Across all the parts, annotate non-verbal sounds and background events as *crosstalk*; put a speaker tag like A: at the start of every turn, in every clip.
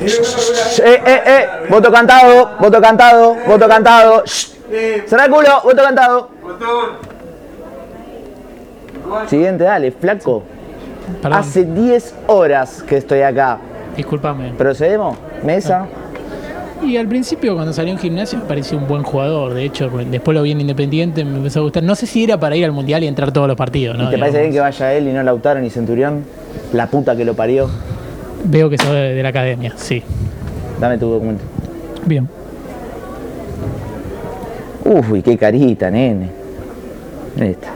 A: Eh, eh, eh. Voto cantado, voto cantado, voto cantado. Shh. Cerrá el culo, voto cantado. Siguiente, dale, flaco.
B: Perdón,
A: Hace 10 horas que estoy acá.
B: discúlpame.
A: ¿Procedemos? ¿Mesa?
B: Y al principio, cuando salió en gimnasio, me pareció un buen jugador. De hecho, después lo vi en Independiente, me empezó a gustar. No sé si era para ir al mundial y entrar todos los partidos,
A: ¿Y
B: ¿no?
A: te parece bien
B: Digamos.
A: que vaya él y no Lautaro ni Centurión? La puta que lo parió.
B: Veo que soy de, de la academia, sí.
A: Dame tu documento.
B: Bien.
A: Uy, qué carita, nene. Ahí está.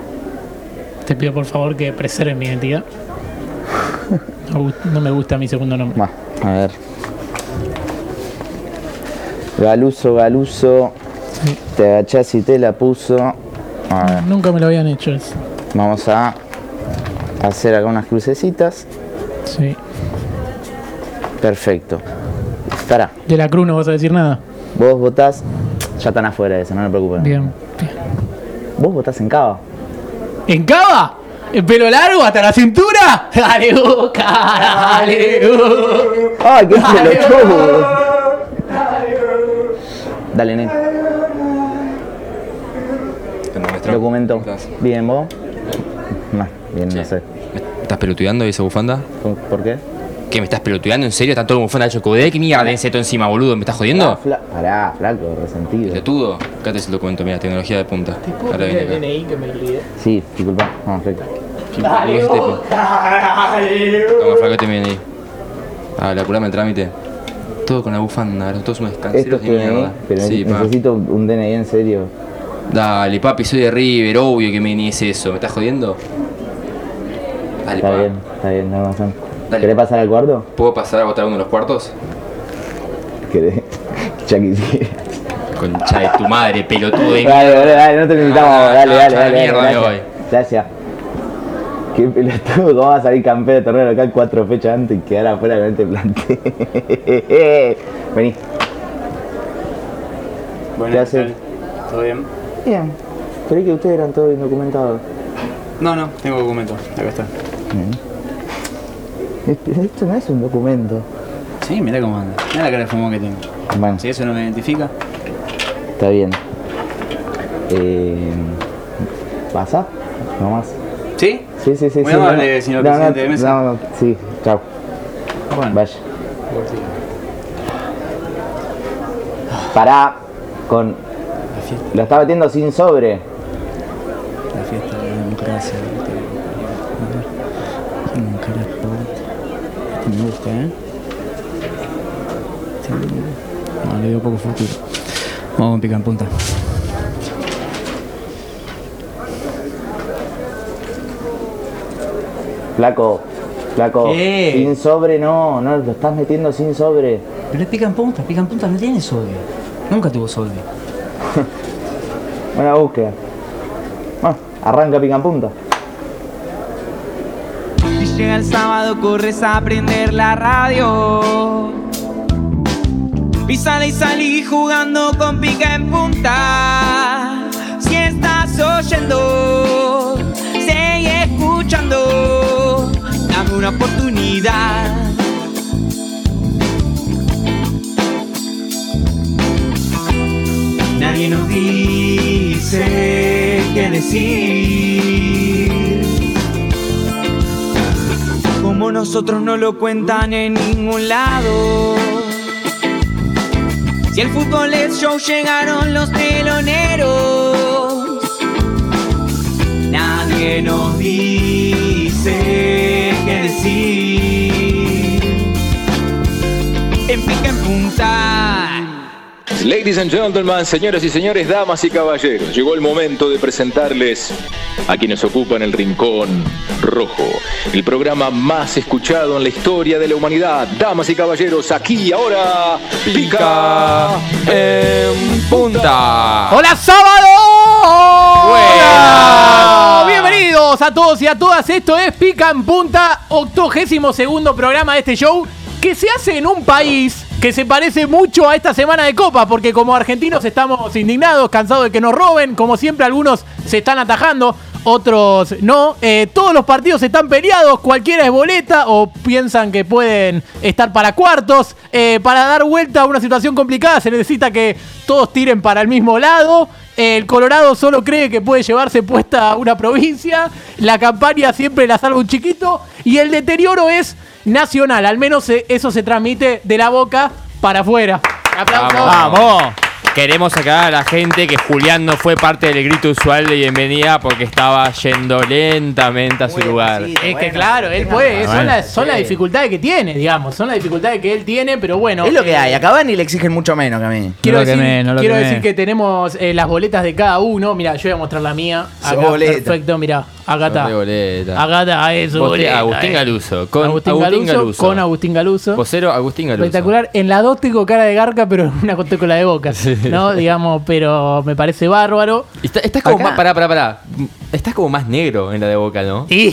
B: Te pido por favor que preserven mi *laughs* identidad. No, gu- no me gusta mi segundo nombre.
A: Va, a ver. Galuso, Galuso.
B: Sí.
A: Te agachás y te la puso. A ver,
B: Nunca me lo habían hecho eso.
A: vamos a hacer acá unas crucecitas.
B: Sí.
A: Perfecto. Pará,
B: De la Cruz no vas a decir nada.
A: vos votás. Ya están afuera de eso, no me preocupes.
B: Bien. bien.
A: Vos votás en Cava.
B: ¿En cava? ¿El pelo largo hasta la cintura? *laughs* Dale, boca, dale. Boca.
A: ¡Ay, qué pelotudo! Dale, nene.
C: Te lo muestro.
A: Documento.
C: Estás-
A: Bien, vos. No, bien, no sé.
C: ¿Me ¿Estás pelotudeando esa bufanda?
A: ¿Por- ¿Por qué?
C: ¿Qué? ¿Me estás pelotudeando? ¿En serio? ¿Está todo bufanda de Chocodé? ¿Qué mierda tenés esto encima, boludo? ¿Me estás jodiendo?
A: Fla- Pará, flaco, resentido.
C: Pelotudo. Acá tenés el documento, mira, tecnología de punta. Ahora viene acá.
A: Sí, disculpa. Vamos, flaco.
C: Dale, este Toma, flaco, te viene ahí. Dale, apurame el trámite. Todo con la bufanda, ahora todos unos
A: Esto
C: descanseros
A: es
C: de mierda.
A: DNI, pero
C: Sí, pa.
A: necesito un DNI en serio.
C: Dale, papi, soy de River, obvio que me ni es eso. ¿Me estás jodiendo? Dale,
A: Está
C: pa.
A: bien, está bien, no razón.
C: Dale.
A: ¿Querés pasar al cuarto?
C: ¿Puedo pasar a botar uno de los cuartos?
A: ¿Querés? *laughs* Ya quisiera.
C: Concha de tu madre, pelotudo
A: *laughs*
C: de mierda.
A: Dale, boludo, dale, no te necesitamos.
C: Ah,
A: dale, dale,
C: ah, ya
A: dale.
C: la
A: dale,
C: mierda me
A: gracias. Gracias. Qué pelotudo, ¿cómo va a salir campeón de torneo local cuatro fechas antes y quedar afuera con este plantel? *laughs* Vení.
D: Bueno,
A: ¿Qué
D: ¿qué
A: haces?
D: tal? ¿Todo bien?
A: Bien. Creí que ustedes eran todos indocumentados.
D: No, no, tengo documento. Acá está.
A: Esto no es un documento.
D: Sí, mira cómo anda. Mira la cara de fumón que tiene.
A: Bueno,
D: Si eso no me identifica,
A: está bien. Eh, ¿Pasa? Nomás.
D: ¿sí?
A: Sí, sí, sí.
D: Muy
A: sí,
D: amable, señor presidente de mesa.
A: No, no, sí, chao.
D: Bueno,
A: Vaya. Pará con.
D: la fiesta,
A: Lo está metiendo sin sobre.
D: la fiesta de la democracia. ¿Quién cara Este me gusta, ¿eh? Este me gusta. No, le veo poco futuro. Vamos con pica en punta.
A: Flaco. Flaco.
D: ¿Qué?
A: Sin sobre no, no, lo estás metiendo sin sobre.
D: Pero es pica en punta, pica en punta no tiene sodio. Nunca tuvo sodio.
A: Buena búsqueda. Bueno, arranca pican punta.
E: Y llega el sábado, corres a prender la radio. Y sale y salí jugando con pica en punta. Si estás oyendo, sigue escuchando. Dame una oportunidad. Nadie nos dice qué decir. Como nosotros no lo cuentan en ningún lado. Si el fútbol es show, llegaron los teloneros. Nadie nos dice qué decir. En pica en punta.
F: Ladies and gentlemen, señoras y señores, damas y caballeros, llegó el momento de presentarles a quienes ocupan el rincón rojo, el programa más escuchado en la historia de la humanidad. Damas y caballeros, aquí y ahora, pica.
C: en punta.
B: ¡Hola sábado!
C: Buenas.
B: Bienvenidos a todos y a todas. Esto es Pica en Punta, octogésimo segundo programa de este show que se hace en un país que se parece mucho a esta semana de Copa, porque como argentinos estamos indignados, cansados de que nos roben, como siempre algunos se están atajando, otros no. Eh, todos los partidos están peleados, cualquiera es boleta o piensan que pueden estar para cuartos. Eh, para dar vuelta a una situación complicada se necesita que todos tiren para el mismo lado. El Colorado solo cree que puede llevarse puesta una provincia. La campaña siempre la salva un chiquito. Y el deterioro es nacional. Al menos eh, eso se transmite de la boca para afuera. Aplausos.
C: ¡Vamos! Oh, Queremos aclarar a la gente que Julián no fue parte del grito usual de bienvenida porque estaba yendo lentamente a su lugar.
B: Es que claro, él puede, son, las, son las dificultades que tiene, digamos, son las dificultades que él tiene, pero bueno. eh,
A: Es lo que hay. A Cavani le exigen mucho menos que a mí.
B: Quiero,
G: No lo
B: decir,
G: quemé, no lo
B: quiero
G: quemé.
B: decir que tenemos eh, las boletas de cada uno. Mira, yo voy a mostrar la mía.
A: Su
B: Acá,
A: boleta.
B: perfecto, mira, acá está.
C: Dale boleta.
B: Acá está, ahí su
C: Vos te-
B: boleta,
C: Agustín
B: eh.
C: Galuso, con
B: Agustín,
C: Agustín
B: Galuso,
C: Galuso.
B: Con Agustín Galuso.
C: Vocero Agustín Galuso.
B: Espectacular. En la dos tengo cara de garca, pero en una tengo la de boca. ¿No? Digamos, pero me
A: *laughs*
B: parece bárbaro.
C: Está- estás como
A: Acá.
C: más, pará, pará, pará. Estás como más negro en la de boca, ¿no?
B: Y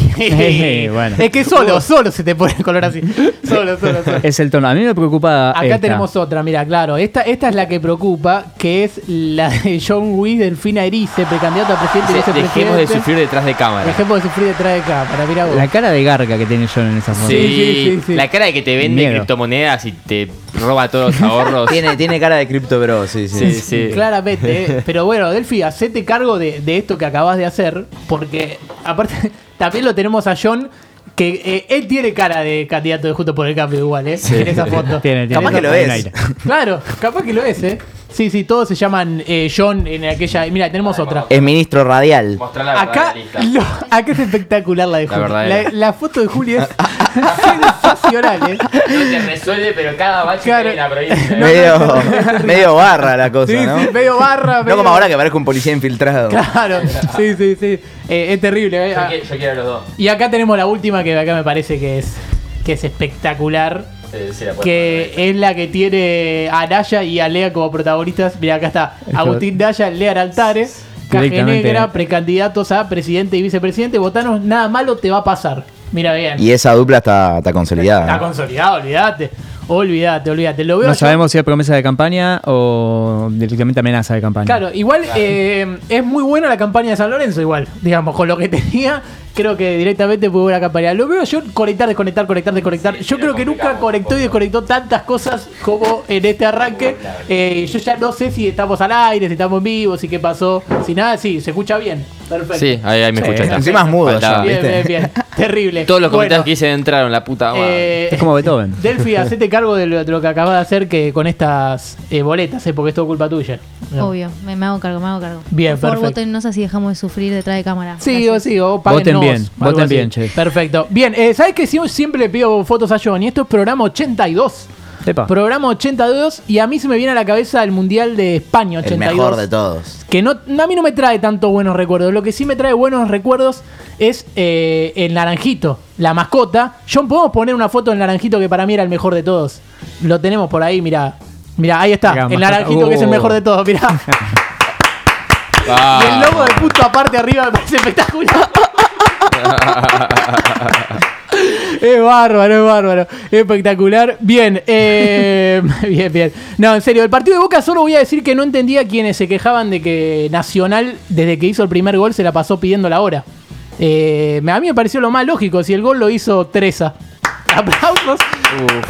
B: *laughs*
G: *laughs* bueno.
B: Es que solo, solo se te pone el color así. Solo, solo, solo.
G: Es el tono. A mí me preocupa.
B: Acá
G: Ah, esta.
B: tenemos otra, mira, claro. Esta, esta es la que preocupa, que es la de John Wick, Delfina Erice, precandidato a presidente y
C: Dice,
B: vicepresidente.
C: Dejemos de sufrir detrás de cámara.
B: Dejemos de sufrir detrás de cámara, mira vos.
G: La cara de garga que tiene John en esa foto.
C: Sí,
B: Sí, sí, sí.
C: la cara de que te vende
G: Miedo.
C: criptomonedas y te roba todos
B: *laughs*
C: los ahorros.
A: Tiene, tiene cara de Crypto Bro, sí, sí.
C: Sí, sí.
B: Claramente, eh. pero bueno, Delphi, hacete cargo de, de esto que acabas de hacer, porque aparte *laughs* también lo tenemos a John, que eh, él tiene cara de candidato de Juntos por el Cambio igual, ¿eh? En esa foto.
G: *laughs* Tiene, tiene.
A: Capaz que lo
G: Tiene
A: es.
G: aire.
B: Claro, capaz que lo es, ¿eh? Sí, sí, todos se llaman eh, John en aquella... Mira, tenemos otra.
A: Es
D: *laughs*
A: ministro radial.
C: Mostrar la
B: Acá, lo- acá es espectacular la de
C: La
B: Juli. La,
C: verdadera.
B: la foto de Juli
C: *laughs*
B: es sensacional, ¿eh?
C: te resuelve, pero cada bache
B: Claro. tiene una
C: provincia.
A: medio, medio barra la cosa,
B: Sí,
A: ¿no?
B: sí, medio barra.
A: No
B: medio-
A: como ahora que parezco un policía infiltrado.
C: *laughs*
B: Claro, sí, sí, sí. Eh, es terrible, ¿eh? Ah,
C: quiero los dos.
B: Y acá tenemos la última que acá me parece que es que es espectacular.
C: Eh,
B: Que es la que tiene a Naya y a Lea como protagonistas. Mira, acá está Agustín Naya, Lea Altare, Caje
G: Directamente.
B: Negra, precandidatos a presidente y vicepresidente. Votanos, nada malo te va a pasar. Mira bien.
A: Y esa dupla está, está
B: Está
A: consolidada.
B: consolidado, olvídate. Olvídate, olvídate. Lo veo
G: No
B: yo-
G: sabemos si es promesa de campaña o directamente amenaza de campaña.
B: Claro, igual eh, es muy buena la campaña de San Lorenzo, igual, digamos, con lo que *laughs* tenía, creo que directamente fue buena campaña. Lo veo yo conectar, desconectar, conectar, desconectar. yo creo que nunca conectó y desconectó tantas cosas como en este arranque. Eh, yo ya no sé si estamos al aire, si estamos en vivo, si qué pasó, si nada, sí, se escucha bien. Perfecto.
C: Sí, ahí, ahí me escuchas. está.
A: Encima es mudo
C: Faltaba.
A: ya,
B: Bien, bien,
A: ¿viste?
C: *laughs*
B: bien. Terrible.
C: Todos los comentarios
B: Bueno,
C: que hice entraron, la puta madre.
B: eh,
G: Es como Beethoven.
B: Delphi, hacete cargo de lo, de lo que acabas de hacer que con estas eh, boletas, eh, porque es todo culpa tuya.
H: Obvio, me, me hago cargo, me hago cargo.
B: Bien,
H: Por favor,
B: perfecto.
H: votennos así dejamos de sufrir detrás de cámara.
B: Sí,
H: Gracias.
B: o sí, o
G: Voten
B: páguennos,
G: bien,
B: algo
G: voten
B: así.
G: bien, che.
B: Perfecto. Bien, eh, ¿sabes que siempre le pido fotos a John? Y esto es programa 82.
G: Epa.
B: Programa 82 y a mí se me viene a la cabeza el Mundial de España
A: El
B: 82.
A: mejor de todos.
B: Que no, a mí no me trae tantos buenos recuerdos. Lo que sí me trae buenos recuerdos es eh, el naranjito, la mascota. John, ¿podemos poner una foto del naranjito que para mí era el mejor de todos? Lo tenemos por ahí, mirá. Mirá, ahí está.
G: Mirá,
B: el
G: mascota.
B: naranjito que es el
G: Oh.
B: mejor de todos,
G: *laughs*
B: mirá.
C: Ah.
B: Y el logo de punto aparte arriba me parece espectacular. Es bárbaro, es bárbaro. Espectacular. Bien, eh, bien, bien. No, en serio, el partido de Boca solo voy a decir que no entendía quienes se quejaban de que Nacional, desde que hizo el primer gol, se la pasó pidiendo la hora. Eh, a mí me pareció lo más lógico, si el gol lo hizo Teresa. *laughs* Aplausos.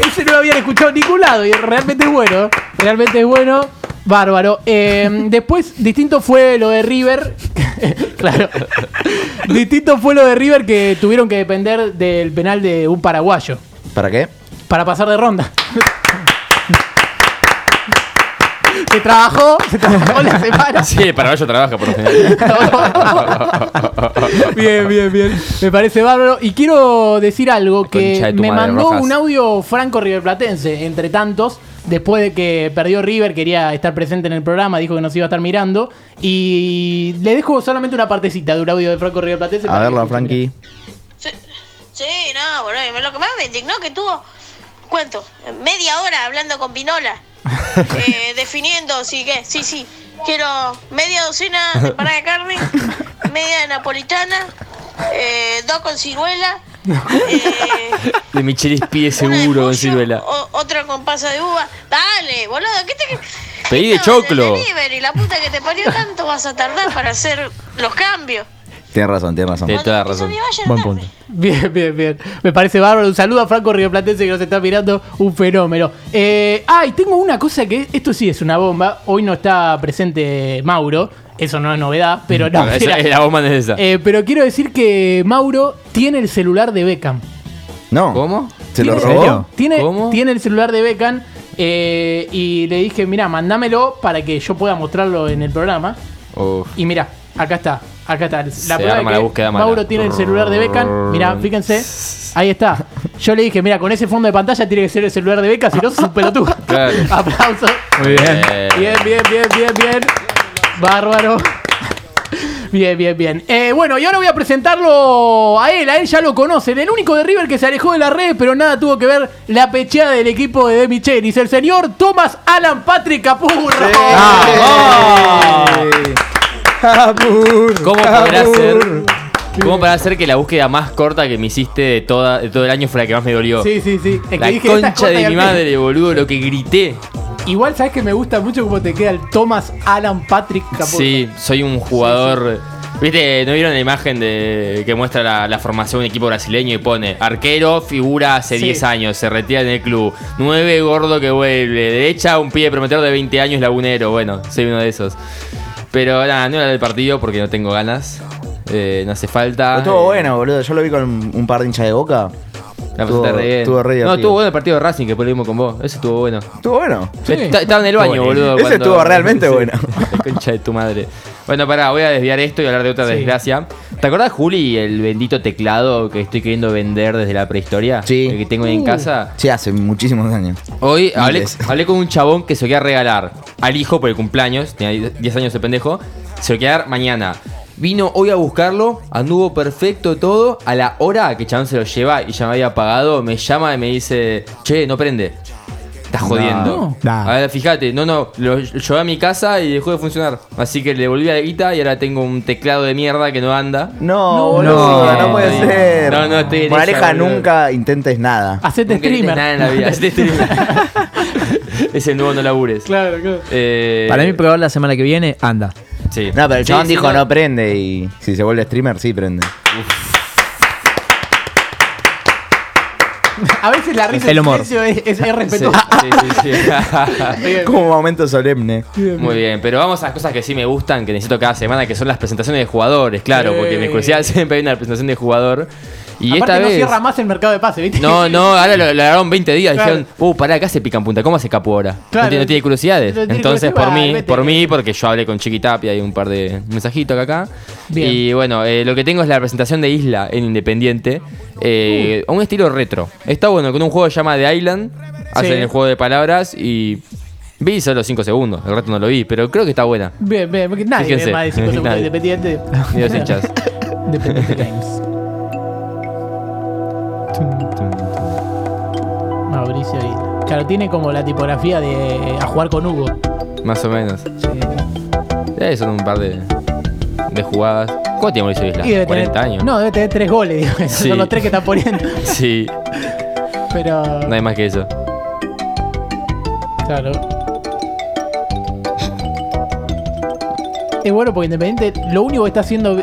B: Ese no lo habían escuchado en ningún lado y realmente es bueno. ¿eh? Realmente es bueno. Bárbaro. Eh, *laughs* después, distinto fue lo de River. *laughs*
A: *laughs*
B: claro. distinto fue lo de River que tuvieron que depender del penal de un paraguayo
A: ¿Para qué?
B: para pasar de ronda. *laughs* se trabajó, se trabajó
A: *laughs*
B: la semana.
C: Sí, el paraguayo trabaja por lo general.
B: *laughs* bien, bien, bien. Me parece bárbaro. Y quiero decir algo
C: Concha
B: que
C: de tu
B: me
C: madre,
B: mandó
C: Rojas.
B: un audio Franco Riverplatense, entre tantos. Después de que perdió River, quería estar presente en el programa, dijo que nos iba a estar mirando. Y le dejo solamente una partecita de un audio de Franco Riverplatense.
A: A
B: para que
A: verlo,
B: escuchen.
A: Frankie.
I: Sí, sí, no, boludo. y Lo que más me indignó que tuvo, ¿cuánto? Media hora hablando
B: *laughs*
I: con Pinola. eh, definiendo, sí, que, sí, sí. Quiero media docena de parada de carne, media de napolitana, eh, dos
B: *laughs*
I: con ciruela. eh,
C: De Michelis pide
I: una de
C: seguro,
I: pollo,
C: con ciruela.
I: o- otra con pasa de uva. Dale, boludo, ¿qué te
C: Pedí de
I: Estamos en el
C: choclo.
I: delivery, la puta que te parió tanto vas a tardar para hacer los cambios.
A: Tienes razón, tienes razón.
C: Tienes toda la
I: Eso
C: razón.
I: me vayan
G: Buen
I: tarde.
G: punto.
B: Bien, bien, bien. Me parece bárbaro. Un saludo a Franco Rioplatense que nos está mirando. Un fenómeno. Eh, ah, y tengo una cosa que esto sí es una bomba. Hoy no está presente Mauro. Eso no es novedad,
A: *laughs*
B: pero no.
C: Ah, esa-
B: era-
C: la bomba no es esa.
B: Eh, pero quiero decir que Mauro tiene el celular de Beckham.
A: No.
C: ¿Cómo?
A: ¿Se lo
B: Tiene-
A: robó?
G: serio?
B: Tiene,
C: ¿Cómo?
B: tiene el celular de Beckham eh, y le dije, mira, mandámelo para que yo pueda mostrarlo en el programa.
C: Uf.
B: Y mira, acá está. Acá está. La
C: Se
B: prueba de
C: arma
B: que
C: la búsqueda mala.
B: Mauro tiene el celular de Beckham. Mira, fíjense. Ahí está. Yo le dije, mira, con ese fondo de pantalla tiene que ser el celular de Beckham, si no, es un pelotudo.
C: Claro.
B: *laughs* Aplauso.
G: Muy bien.
C: Eh,
B: Bien, bien, bien, bien, bien. Bárbaro. Bien, bien, bien. Eh, bueno, y ahora voy a presentarlo a él, a él ya lo conocen. El único de River que se alejó de la red, pero nada tuvo que ver la pecheada del equipo de Demichelis. El señor Thomas Alan Patrick Capurro.
C: ¡Vamos!
G: Capur,
C: ¿Cómo podrá
G: Capur.
C: ser? ¿Cómo podrá ser que la búsqueda más corta que me hiciste de, toda, de todo el año fue la que más me dolió?
B: Sí, sí, sí. Es que
C: La
B: dije, esta es
C: concha
B: corta y
C: de
B: al
C: mi
B: pie.
C: madre, boludo, lo que grité.
B: Igual sabes que me gusta mucho cómo te queda el Thomas Alan Patrick Capurro.
C: Sí, soy un jugador. ¿Viste? ¿No vieron la imagen de que muestra la, la formación de un equipo brasileño y pone arquero, figura hace
B: Sí.
C: 10 años, se retira en el club, 9 gordo que vuelve, derecha un pibe prometedor de 20 años lagunero, bueno, soy uno de esos. Pero nada, no era del partido porque no tengo ganas, eh, no hace falta.
A: Pero estuvo
C: eh,
A: bueno, boludo. Yo lo vi con un par de hinchas de boca.
C: La
A: Estuvo-
C: pasaste re bien.
A: estuvo re
C: No,
A: divertido.
C: estuvo bueno el partido de Racing que perdimos con vos, eso estuvo bueno.
A: Estuvo bueno.
C: Está- Estaba en el baño, boludo.
A: Ese
C: cuando-
A: estuvo realmente
C: Sí.
A: bueno.
C: La concha de tu madre. Bueno, pará, voy a desviar esto y hablar de otra
B: Sí.
C: desgracia. ¿Te acordás, Juli, el bendito teclado que estoy queriendo vender desde la prehistoria?
A: Sí.
C: El que tengo
A: Uh.
C: ahí en casa.
A: Sí, hace muchísimos años.
C: Hoy hablé,
A: Miles.
C: hablé con un chabón que se lo quería regalar al hijo por el cumpleaños, tenía 10 años de pendejo, se lo quería dar mañana. Vino hoy a buscarlo, anduvo perfecto todo, a la hora que el chabón se lo lleva y ya me había pagado, me llama y me dice, che, no prende. Estás jodiendo.
G: No.
C: A ver, fíjate, no, no, lo llevé a mi casa y dejó de funcionar. Así que le volví a la guita y ahora tengo un teclado de mierda que no anda.
A: No,
B: No,
A: boludo,
B: no. Ah,
A: no, puede
C: Estoy-
A: ser.
C: No, no, estoy en
A: Moraleja,
C: esa, boludo.
A: nunca intentes nada.
G: Este
B: Hacete
C: Nunca
B: streamer.
C: hiciste nada en la vida, hacete
G: *laughs*
C: streamer. Ese nuevo no labures.
B: *laughs* Claro, claro.
C: Eh,
G: Para mí, probar la semana que viene, anda.
C: Sí.
A: No, pero el
C: Sí,
A: chabón
C: sí,
A: dijo no prende y si se vuelve streamer, sí prende.
B: A veces la risa
G: El
B: en
G: humor.
B: silencio es, es, es
C: Sí, Ah.
B: respetuosa.
C: *laughs* sí, sí, sí.
B: Bien,
A: Como un momento solemne.
C: *laughs* Muy bien, pero vamos a las cosas que sí me gustan, que necesito cada semana, que son las presentaciones de jugadores, claro, porque en el Crucial siempre hay una presentación de jugador. Y
B: Aparte
C: esta
B: no
C: vez.
B: cierra más el mercado de pase, ¿viste? *laughs*
C: No, no, ahora lo, lo agarraron 20 días.
B: Claro.
C: Dijeron, uh, pará, acá se pican punta. ¿Cómo hace Capu ahora? No
B: Claro.
C: tiene- No, tiene curiosidades.
B: No tiene
C: Entonces,
B: curiosidad,
C: por mí,
B: vete.
C: por mí, porque yo hablé con Chiqui Tapia y un par de mensajitos acá. acá.
B: Bien.
C: Y bueno, eh, lo que tengo es la presentación de Isla en Independiente. eh, A un estilo retro. Está bueno, con un juego que se llama The Island. Hacen el juego de palabras y. Vi solo 5 segundos, el resto no lo vi, pero creo que está buena.
B: Bien, bien, porque nadie
C: Fíjense.
B: ve más de 5 segundos
C: Nadie.
B: independiente. *laughs*
C: Y los hinchas.
B: Independiente Games. Mauricio Isla. Claro, tiene como la tipografía de eh, a jugar con Hugo.
C: Más o menos. Eh, son un par de, de jugadas. ¿Cuánto tiene Mauricio Isla?
B: Y debe
C: 40
B: tener,
C: años.
B: No, debe tener tres goles, digo. *laughs* esos
C: Sí.
B: Son los tres que está poniendo.
C: *laughs* Sí,
B: Pero.
C: no hay más que eso.
B: Claro. Es bueno porque Independiente lo único que está haciendo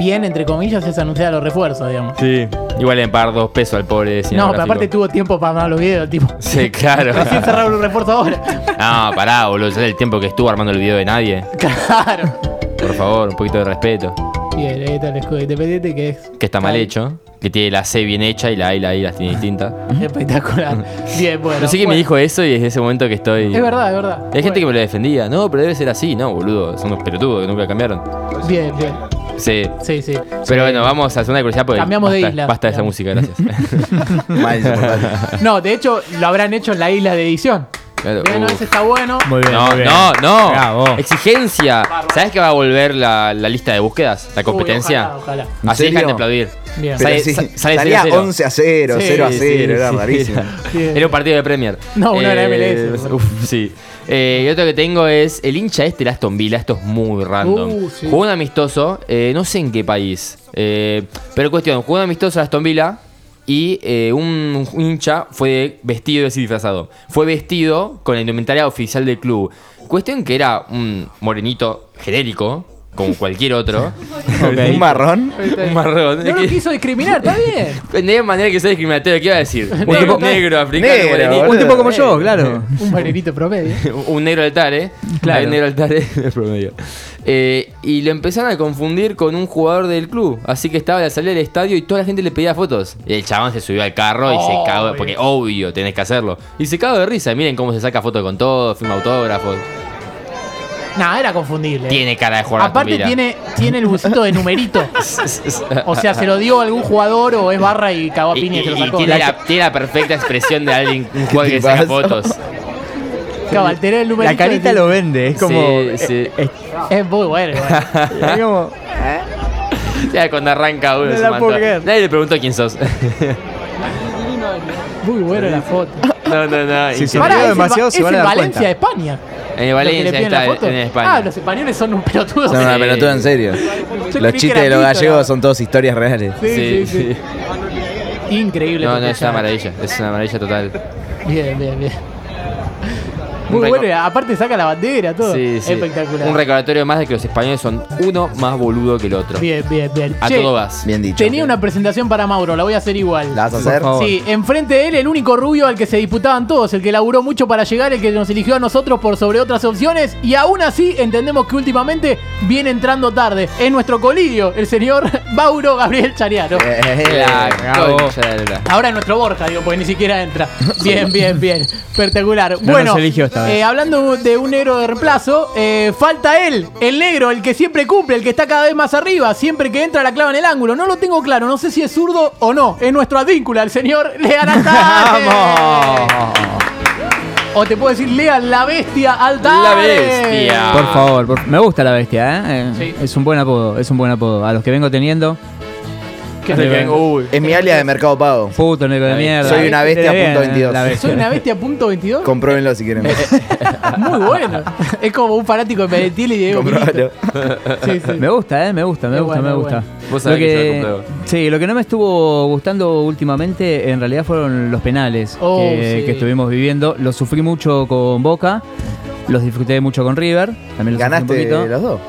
B: bien, entre comillas, es anunciar los refuerzos, digamos.
C: Sí. Igual en par dos pesos al
B: No,
C: pobre
B: pero
C: cinematográfico.
B: aparte tuvo tiempo para armar los videos,
C: *laughs*
B: tipo.
C: Sí,
B: *laughs*
C: claro.
B: Recién cerraron un refuerzo ahora.
C: *laughs* No, pará, boludo. Es el tiempo que estuvo armando el video de nadie.
B: Claro.
C: Por favor, un poquito de respeto.
B: Bien, ahí está el escudo independiente que es
C: Que está mal hecho. Que tiene la C bien hecha y la A y la I las tiene distintas.
B: espectacular. Bien, bueno.
C: Pero sí que me
B: Ah. bueno.
C: dijo eso y desde ese momento que estoy.
B: Es verdad, es verdad.
C: Y Hay gente que me lo defendía. No, pero debe ser así. No, boludo. Son unos pelotudos que nunca cambiaron.
B: que. Bien, bien.
C: Sí.
B: Sí,
C: *laughs*
B: sí.
C: Pero bueno, vamos a hacer una curiosidad porque.
B: Cambiamos de
C: basta-
B: isla.
C: Basta de esa música, gracias.
B: *laughs*
A: Mal insoportable.
B: No, de hecho, lo habrán hecho en la isla de edición.
C: Claro,
B: Bueno,
C: uh.
B: ese está bueno.
G: Muy bien.
C: No,
G: muy bien.
C: no, no.
G: Bravo.
C: Exigencia. ¿Sabes que va a volver la, la lista de búsquedas? La
B: Uy,
C: competencia.
B: ojalá, ojalá.
C: Así
A: ¿En serio?
C: dejan de aplaudir.
B: Bien.
A: Pero
C: Sale-
A: sí,
C: sa- sale
A: salía
C: 0-0.
A: 11 a 0,
B: Sí,
A: 0 a
C: Sí,
A: 0, era
C: sí, *laughs*
A: rarísimo.
B: *laughs* Bien.
C: Era un partido de Premier.
B: No, uno era MLS.
C: uf, sí. Eh, y otro que tengo es el hincha este, el Aston Villa. Esto es muy random.
B: Uh, sí.
C: Jugó un amistoso, eh, no sé en qué país. Eh, pero cuestión, jugó un amistoso el Aston Villa y eh, un, un hincha fue vestido, es decir, disfrazado. Fue vestido con la indumentaria oficial del club. Cuestión que era un morenito genérico. como cualquier
B: *laughs*
C: otro.
A: Ok. ¿Un marrón?
C: Un marrón.
B: No lo quiso discriminar, está bien.
C: De manera que sea discriminatorio, ¿qué iba
B: *laughs*
C: a decir? Negro, negro, africano,
A: Negro,
C: morenito.
A: boludo.
G: Un tipo como yo, claro.
B: Un marinito promedio.
C: *laughs* un negro altar, ¿eh?
G: Claro.
C: Hay Un negro altar, *laughs* ¿eh? El promedio. Eh, y lo empezaron a confundir con un jugador del club. Así que estaba a la salida del estadio y toda la gente le pedía fotos. Y el chabón se subió al carro y se cagó. Porque obvio, tenés que hacerlo. Y se cagó de risa. Y Miren cómo se saca fotos con todo, firma autógrafos.
B: Nah, era confundible.
C: Tiene cara de jugador
B: Aparte
C: mira. *laughs*
B: tiene, tiene el busito de numerito. O sea, se lo dio a algún jugador o es barra y cagó a
C: Y,
B: piña y se lo
C: y- y
B: sacó.
C: tiene, la, tiene la perfecta expresión de alguien, un
B: *laughs*
C: jugador que saca
A: tipazo.
C: fotos.
B: Claro, alteró el numerito.
G: La carita
B: del-
G: lo vende, es como.
C: Sí, sí.
G: eh, eh,
B: Es muy bueno. igual.
G: es como-
C: Ya cuando arranca uno
G: No
C: se
G: la
C: manda.
G: puedo creer.
C: Nadie le preguntó quién sos. *laughs*
B: Muy buena la foto.
C: no, no, no.
G: Sí, sí.
C: increíble.
B: Pará,
G: río
B: es el
G: demasiado
B: Va-
G: se
B: es
G: van a
B: el
G: dar
B: Valencia
G: cuenta.
B: de España.
C: En
B: lo que le
C: Valencia
B: piden la
C: está
B: foto.
C: en España.
B: Ah, los españoles son un pelotudo.
A: Son una
C: Sí.
A: pelotuda en serio.
B: creí
A: Los
B: que
A: chistes
B: era
A: de los
B: pito, la-
A: gallegos son todos historias reales.
B: Sí, sí, sí. Increíble.
C: *laughs* No, no,
B: porque
C: es una
B: ya-
C: maravilla, es una maravilla total.
B: Bien, bien, bien.
C: Un
B: Muy
C: reco-
B: bueno, y aparte saca la bandera, todo.
C: Sí, sí.
B: Espectacular.
C: Un recordatorio más de que los españoles son uno más boludo que el otro.
B: bien, bien, bien.
C: A
B: Che,
C: todo vas.
A: Bien dicho.
B: Tenía una presentación para Mauro, la voy a hacer igual.
A: ¿La vas a hacer?
G: favor.
B: Sí, enfrente de él el único rubio al que se disputaban todos, el que laburó mucho para llegar, el que nos eligió a nosotros por sobre otras opciones y aún así entendemos que últimamente viene entrando tarde. Es nuestro colidio, el señor *laughs* Mauro Gabriel Chariano.
C: La
G: Eh, bravo.
C: concha de la-
B: Ahora en nuestro Borja, digo, porque ni siquiera
G: *laughs*
B: entra. Bien, bien, bien. Espectacular.
G: No
B: bueno,
G: nos eligió esta vez.
B: eh, hablando de un negro de reemplazo, eh, falta él, el negro, el que siempre cumple, el que está cada vez más arriba, siempre que entra la clava en el ángulo. No lo tengo claro, no sé si es zurdo o no. Es nuestro advíncula, el señor
G: *laughs*
B: Lean Altare. O te puedo decir, Lean la bestia Altare.
C: La bestia.
G: Por favor, por- me gusta la bestia, ¿eh? Eh,
B: Sí.
G: Es un buen apodo, es un buen apodo. A los que vengo teniendo,
B: Que
G: Ahí vengo.
C: Uy.
A: Es mi alias de Mercado Pago.
G: puto negro de mierda.
A: Soy una bestia,
G: Bien, ¿eh?
A: punto 22.
G: la bestia.
B: Soy una bestia punto 22.
A: Compruébenlo si quieren.
B: *laughs* Muy bueno. Es como un fanático de Medellín y Diego
A: Compruébenlo.
B: Milito. Sí,
A: *laughs*
B: sí.
G: *laughs* Me gusta, eh, me gusta, me
B: Es
G: gusta,
B: bueno,
G: me
B: es
G: gusta.
C: Vos sabés
G: Lo
C: que yo lo compruebo.
G: Sí, lo que no me estuvo gustando últimamente en realidad fueron los penales
B: Oh,
G: que,
B: sí.
G: que estuvimos viviendo. Los sufrí mucho con Boca, los disfruté mucho con River. También los sufrí
A: ¿Ganaste
G: un poquito.
A: los dos?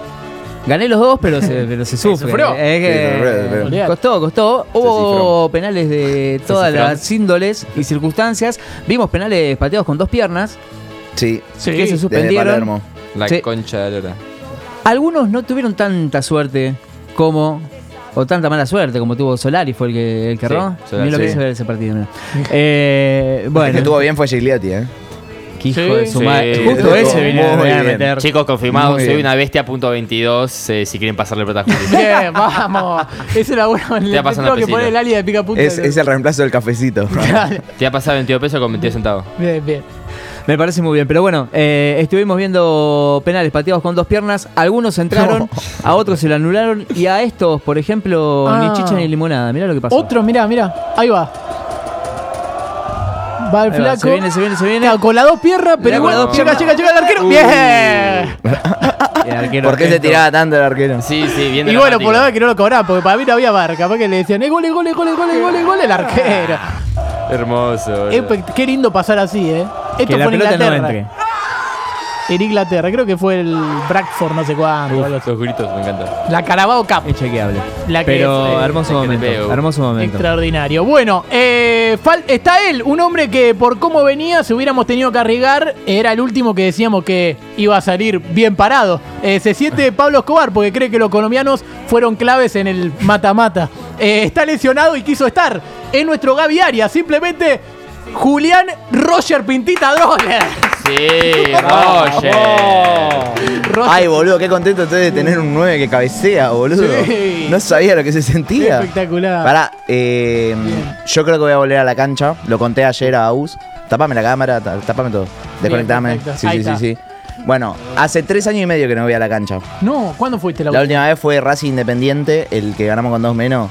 G: Gané los dos, pero
B: *laughs*
G: se, pero se sufre.
B: sufrió.
G: Es que-
A: Sí, se sufrió,
B: pero-
G: costó, costó. Hubo penales de todas
C: cifró.
G: las índoles y circunstancias. Vimos penales pateados con dos piernas
A: Sí.
B: Sí.
G: que se
A: Desde
G: suspendieron.
A: Palermo.
C: La
G: Sí.
C: concha de la lora.
G: Algunos no tuvieron tanta suerte como. O tanta mala suerte como tuvo Solari, fue el que, el que
C: Sí,
G: erró.
C: Solari,
G: Mirá lo que
A: sí.
G: hizo ver ese partido. mirá. Eh,
A: El que
G: bueno,
A: estuvo bien fue Gigliotti, ¿eh?
G: qué hijo
B: Sí.
G: de su
C: Sí,
G: madre. Justo
A: estuvo
G: ese vino
A: muy
G: a
A: bien.
G: meter.
C: Chicos, confirmado,
A: Muy
C: soy
A: bien.
C: una bestia punto 22 eh, si quieren pasarle plata a Juli.
G: *laughs*
B: Bien, vamos. Esa era buena. Le
C: pasan
B: tengo
C: la
B: que
C: pesita.
B: poner el área de pica punta.
A: Es, es el reemplazo del cafecito.
C: Te ha pasado 22 pesos con 22 centavos.
B: Bien, bien.
G: Me parece muy bien, pero bueno, eh, estuvimos viendo penales pateados con dos piernas,
A: *laughs*
G: algunos entraron, a otros se lo anularon y a estos, por ejemplo,
B: Ah.
G: ni chicha ni limonada, mirá lo que pasó.
B: Otro, mirá, mirá. Ahí va. Va el
G: Ahí va,
B: flaco.
G: se viene, se viene, se viene.
B: Claro, con las dos piernas,
G: Mirá,
B: pero igual.
G: con las dos
B: llega,
G: piernas.
B: llega, llega el arquero.
C: Uh.
B: Bien.
G: El arquero
A: ¿Por qué se
G: Ernesto.
A: tiraba tanto el arquero?
C: Sí, sí, bien
B: Y bueno, por la
C: dramático.
B: verdad que no lo cobraban, porque para mí no había barca. Capaz que le decían, eh, gole, gole, gole, gole, gole, gole, el
G: *laughs*
B: arquero.
C: Hermoso. boludo.
B: Espe- Qué lindo pasar así, ¿eh? Esto
G: Que la
B: fue en
G: pelota no
B: Inglaterra.
G: entre.
B: en Inglaterra, creo que fue el Bradford, no sé cuándo.
C: Uf, Los gritos, me encanta.
B: La Carabao Cup.
G: Es chequeable.
B: La que
G: Pero
B: es, eh,
G: hermoso
C: la que le
G: momento,
C: pego.
G: hermoso momento.
B: Extraordinario. Bueno, eh, fal- está él, un hombre que por cómo venía, si hubiéramos tenido que arriesgar, era el último que decíamos que iba a salir bien parado. Eh, se
G: *laughs*
B: siente Pablo Escobar porque cree que los colombianos fueron claves en el mata-mata. Eh, está lesionado y quiso estar. Es nuestro Gaby Arias, simplemente Julián Roger Pintita Droller.
C: Sí, Roger.
B: Roger-
A: Ay, boludo, qué contento estoy de tener un 9 que cabecea, boludo.
B: Sí.
A: No sabía lo que se sentía.
B: Espectacular.
A: Pará, eh, yo creo que voy a volver a la cancha. Lo conté ayer a Aus. Tapame la cámara, ta- tapame todo. Desconectame.
B: perfecto.
A: Sí,
B: Ahí
A: sí, sí,
B: está.
A: sí. Bueno, hace tres años y medio que no voy a la cancha.
B: No, ¿cuándo fuiste la,
A: La última vez fue Racing Independiente, el que ganamos con dos menos.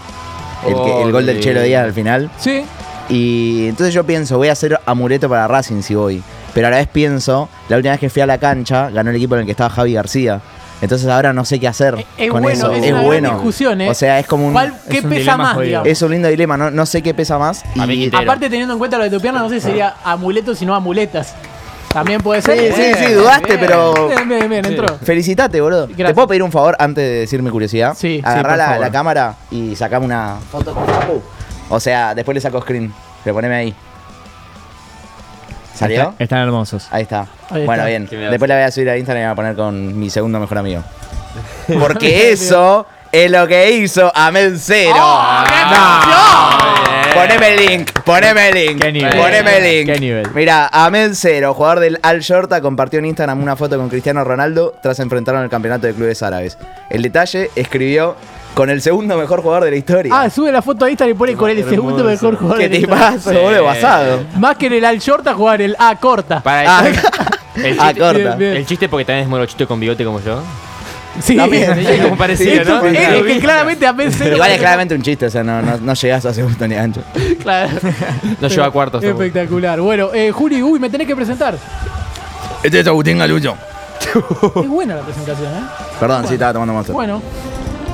A: El, que- el gol del
B: Oh,
C: Ole.
A: Chelo Díaz al final.
B: Sí.
A: Y entonces yo pienso, voy a hacer amuleto para Racing si voy. Pero a la vez pienso, la última vez que fui a la cancha, ganó el equipo en el que estaba Javi García. Entonces ahora no sé qué hacer
B: Es
A: con
B: bueno,
A: eso.
B: es,
A: Es,
B: una gran
A: bueno.
B: discusión, ¿eh?
A: O sea, es como un.
B: ¿Cuál- ¿Qué
G: es un
B: pesa
G: dilema
B: más,
G: jodido.
B: digamos?
A: Es un lindo dilema, no, no sé qué pesa más.
C: A mí
A: Y
C: Quintero.
B: Aparte, teniendo en cuenta lo de tu pierna, no sé si sería amuletos y no amuletas. También puede
A: Sí,
B: ser.
A: Ah. sí,
B: Bien,
A: sí, dudaste,
B: bien.
A: pero-
B: Bien, bien, bien, entró.
A: Felicitate, boludo. ¿Te puedo pedir un favor antes de decir mi curiosidad?
B: Sí, sí,
A: Agarrá
B: por
A: la,
B: favor.
A: la cámara y sacame una foto con Facu. O sea, después le saco screen. Pero poneme ahí. ¿Salió?
G: Están, están hermosos.
A: Ahí está.
G: Ahí
A: bueno,
G: está.
A: bien.
G: Sí, mira.
A: Después la voy a subir a Instagram y la voy a poner con mi segundo mejor amigo. Porque eso es lo que hizo Amel Cero.
B: ¡Ah,
C: Ah.
A: No. Poneme el link, poneme el link. Poneme el link.
G: ¿Qué nivel?
A: Mira, Amel Cero, jugador del Al Shorta, compartió en Instagram una foto con Cristiano Ronaldo tras enfrentarlo en el campeonato de clubes árabes. El detalle escribió con el segundo mejor jugador de la historia.
B: Ah, sube la foto a Instagram y pone con el segundo mejor jugador.
A: ¿Qué
B: de la
A: te
B: historia.
A: pasa, boludo? Basado.
B: Más que en el al short a jugar el A corta.
C: Para el,
A: *laughs*
C: el
A: Ah,
C: chiste,
A: corta.
C: Bien, bien. El chiste porque también es morochito con bigote como yo.
B: Sí, *laughs*
C: También, es como parecido,
B: Esto-
C: ¿no?
B: es que claramente a Cero.
A: Igual es claramente un chiste, o sea, no, no, no llegás a segundo ni ancho.
B: Claro.
C: No lleva cuartos. tampoco.
B: *laughs* Espectacular. Bueno, eh, Juli, uy, me tenés que presentar.
A: Este es Agustín Galucho. *laughs*
B: Es buena la presentación, ¿eh?
A: Perdón, sí, estaba tomando monster.
B: Bueno.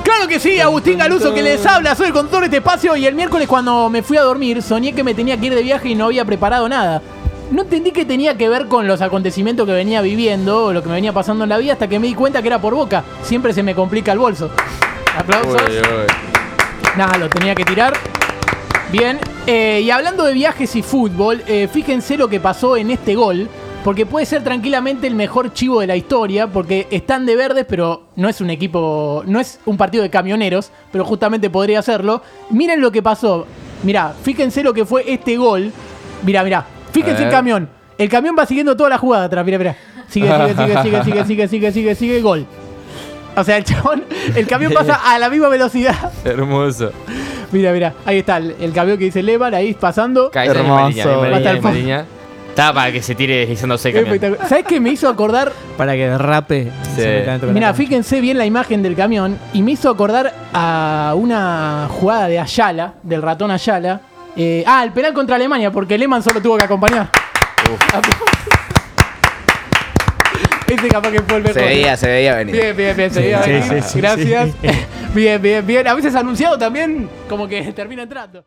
B: Claro que sí, Agustín Galuso que les habla, soy el conductor de este espacio y el miércoles cuando me fui a dormir soñé que me tenía que ir de viaje y no había preparado nada. No entendí que tenía que ver con los acontecimientos que venía viviendo o lo que me venía pasando en la vida hasta que me di cuenta que era por boca. Siempre se me complica el bolso. Aplausos. Nada, lo tenía que tirar. Bien, eh, y hablando de viajes y fútbol, eh, fíjense lo que pasó en este gol, porque puede ser tranquilamente el mejor chivo de la historia, porque están de verdes, pero no es un equipo, no es un partido de camioneros, pero justamente podría hacerlo. Miren lo que pasó. Mirá, fíjense lo que fue este gol. Mirá, mirá, fíjense el
C: A ver.
B: camión. El camión va siguiendo toda la jugada atrás, mirá, mirá. Sigue, sigue, sigue, sigue, sigue, sigue, sigue, sigue, sigue, gol. O sea, el chabón, el camión pasa a la misma velocidad. *laughs*
C: Hermoso.
B: Mira, mira, ahí está el, el camión que dice Levan, ahí pasando.
C: Caída en Mariña, en Mariña,
B: Hasta el
C: en
B: fondo.
C: Mariña. Está para que se tire deslizándose el camión.
B: Espectacular. ¿Sabes qué me hizo acordar?
G: Para que derrape.
C: Sí.
G: se meta dentro de la
B: Mira,
G: cancha.
B: fíjense bien la imagen del camión y me hizo acordar a una jugada de Ayala, del ratón Ayala. Eh, ah, el penal contra Alemania, porque Lehmann solo tuvo que acompañar. Ese capaz que fue el mejor.
A: Se veía, se veía venir.
B: Bien, bien, bien, se
A: Sí,
B: veía
A: sí,
B: venir.
A: sí, sí,
B: *laughs* Gracias. Bien, bien, bien. A veces anunciado también, como que termina entrando.